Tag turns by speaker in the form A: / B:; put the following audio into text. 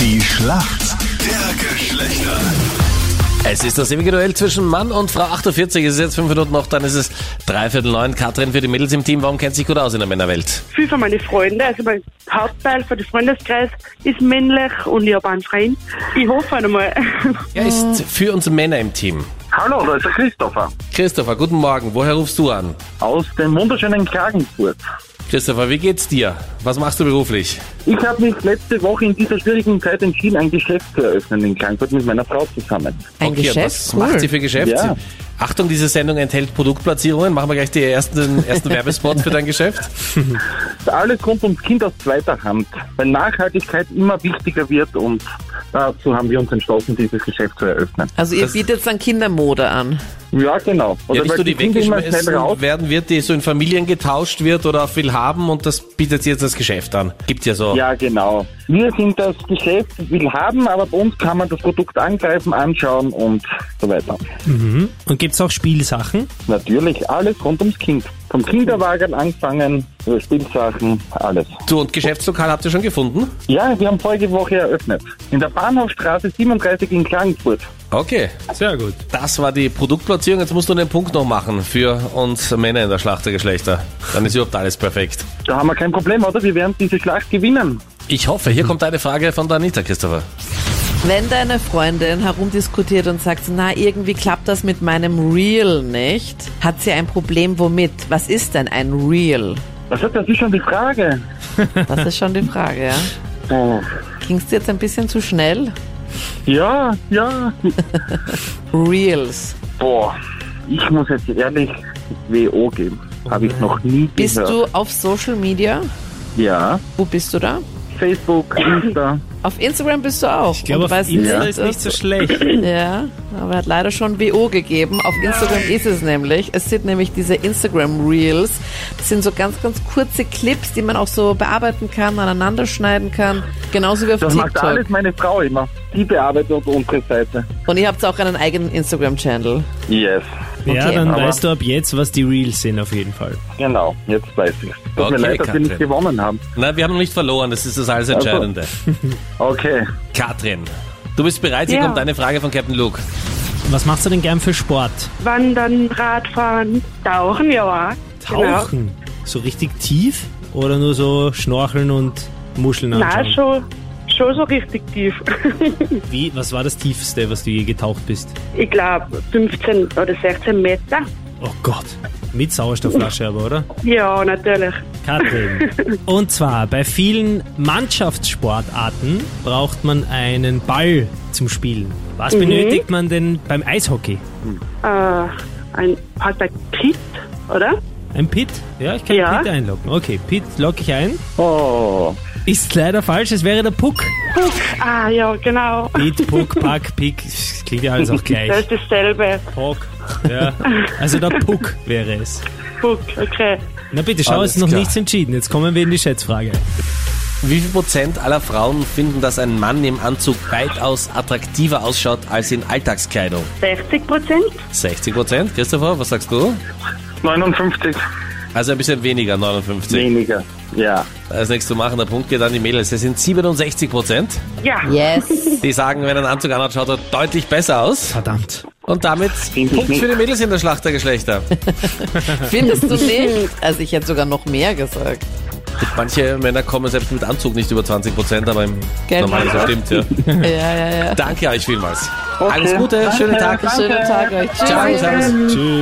A: Die Schlacht der Geschlechter.
B: Es ist das ewige Duell zwischen Mann und Frau. 48 es ist jetzt fünf Minuten noch, dann ist es dreiviertel neun. Katrin für die Mädels im Team. Warum kennt sich gut aus in der Männerwelt?
C: viel von meinen Freunden, also mein Hauptteil von dem Freundeskreis ist männlich und ich habe einen Freund. Ich hoffe einmal.
B: Er ist für uns Männer im Team.
D: Hallo, da ist der Christopher
B: Christopher, guten Morgen. Woher rufst du an?
D: aus dem wunderschönen Klagenfurt.
B: Christopher, wie geht's dir? Was machst du beruflich?
D: Ich habe mich letzte Woche in dieser schwierigen Zeit entschieden, ein Geschäft zu eröffnen in Klagenfurt mit meiner Frau zusammen.
B: okay,
E: Ein
B: und
E: Geschäft?
B: Was
E: Cool.
B: macht sie für Geschäft?
D: Ja.
B: Achtung, diese Sendung enthält Produktplatzierungen. Machen wir gleich den ersten, den ersten Werbespot für dein Geschäft.
D: Alles rund ums Kind aus zweiter Hand, weil Nachhaltigkeit immer wichtiger wird und dazu haben wir uns entschlossen, dieses Geschäft zu eröffnen.
E: Also ihr bietet dann Kindermode an.
D: Ja, genau.
B: Ja,
D: Oder
B: nicht
D: weil
B: nur die
D: Kinder immer schnell raus.
B: weggeschmissen werden wird, die so in Familien getauscht wird oder viel haben und das bietet jetzt das Geschäft an. Gibt ja so.
D: Ja, genau. Wir sind das Geschäft, will haben, aber bei uns kann man das Produkt angreifen, anschauen und so weiter.
F: Und gibt's auch Spielsachen?
D: Natürlich alles rund ums Kind. Vom Kinderwagen angefangen, über Spielsachen, alles.
B: Du und Geschäftslokal habt ihr schon gefunden?
D: Ja, wir haben vorige Woche eröffnet. In der Bahnhofstraße 37 in Klagenfurt.
B: Okay.
F: Sehr gut.
B: Das war die Produktplatzierung. Jetzt musst du einen Punkt noch machen für uns Männer in der Schlacht der Geschlechter. Dann ist überhaupt alles perfekt.
D: Da haben wir kein Problem, oder? Wir werden diese Schlacht gewinnen.
B: Ich hoffe, hier kommt eine Frage von der Anita, Christopher.
E: Wenn deine Freundin herumdiskutiert und sagt, na, irgendwie klappt das mit meinem Real nicht, hat sie ein Problem womit? Was ist denn ein Real?
D: Also, das ist schon die Frage.
E: Das ist schon die Frage, ja.
D: Oh.
E: Ging's dir jetzt ein bisschen zu schnell?
D: Ja, ja.
E: Reels.
D: Boah, ich muss jetzt ehrlich WO geben. Habe ich noch nie
E: Bist
D: gehört.
E: du auf Social Media?
D: du? Ja.
E: Wo bist du da?
D: Facebook, Insta.
E: Auf Instagram bist du auch.
F: Ich glaube,
E: Und du
F: auf
E: weißt
F: Insta
E: nicht,
F: ist nicht so
E: dass-
F: schlecht.
E: Ja, aber er hat leider schon WO gegeben. Auf Instagram ist es nämlich. Es sind nämlich diese Instagram Reels. Das sind so ganz, ganz kurze Clips, die man auch so bearbeiten kann, aneinander schneiden kann. Genauso wie auf
D: Das macht
E: TikTok.
D: alles meine Frau immer. Die bearbeitet unsere Seite.
E: Und ihr habt auch einen eigenen Instagram-Channel.
D: Yes.
F: ja, dann
D: aber-
F: weißt du ab jetzt, was die Reels sind auf jeden Fall.
D: Genau, jetzt weiß ich. Tut
B: Okay,
D: mir leid, dass wir
B: Katrin.
D: nicht gewonnen haben.
B: Nein, wir haben noch nicht verloren. Das ist das alles Entscheidende.
D: Okay.
B: Katrin, du bist bereit. Hier
C: Ja.
B: kommt eine Frage von Captain Luke.
F: Was machst du denn gern für Sport?
C: Wandern, Radfahren, Tauchen, ja. auch. Genau.
F: Tauchen? So richtig tief? Oder nur so schnorcheln und Muscheln anschauen?
C: Nein, schon, schon so richtig tief.
F: Wie, was war das Tiefste, was du je getaucht bist?
C: ich glaube 15 oder 16 Meter.
F: Oh Gott. Mit Sauerstoffflasche aber, oder?
C: Ja, natürlich.
F: Katrin. Und zwar, bei vielen Mannschaftssportarten braucht man einen Ball zum Spielen. Was benötigt man denn beim Eishockey?
C: Äh, ein hat ein Pit, oder?
F: Ein Pit? Ja, ich kann
C: Ja.
F: Pit einloggen. Okay, Pit logge ich ein.
D: Oh.
F: Ist leider falsch, es wäre der Puck.
C: Ah, ja, genau.
F: Pit, Puck, Pack, Pick. Das Klingt ja alles auch
C: Das
F: gleich.
C: ist dasselbe.
F: Puck. Ja. Also der Puck wäre es.
C: Guck, okay.
F: Na bitte, schau,
B: Alles
F: es ist noch
B: klar.
F: nichts entschieden. Jetzt kommen wir in die Schätzfrage.
B: Wie viel Prozent aller Frauen finden, dass ein Mann im Anzug weitaus attraktiver ausschaut als in Alltagskleidung?
C: 60 Prozent?
B: 60 Prozent. Christopher, was sagst du?
D: 59
B: Also ein bisschen weniger, 59.
D: weniger. Ja.
B: Als nächstes zu machen, der Punkt geht an die Mädels. Es sind 67 Prozent.
C: Ja.
E: Yes.
B: Die sagen, wenn ein Anzug anhat, schaut er deutlich besser aus.
F: Verdammt.
B: Und damit
D: ich
B: Punkt
D: nicht.
B: für die Mädels in der Schlacht der Geschlechter.
E: Findest du nicht? Also ich hätte sogar noch mehr gesagt.
B: Manche Männer kommen selbst mit Anzug nicht über 20 Prozent, aber im
E: Gell?
B: normalen so stimmt ja.
E: Ja, ja, ja.
B: Danke euch vielmals. Alles Gute, schönen Tag.
E: Schönen Tag euch. Tschüss.
B: Ciao, servus.
F: Tschüss.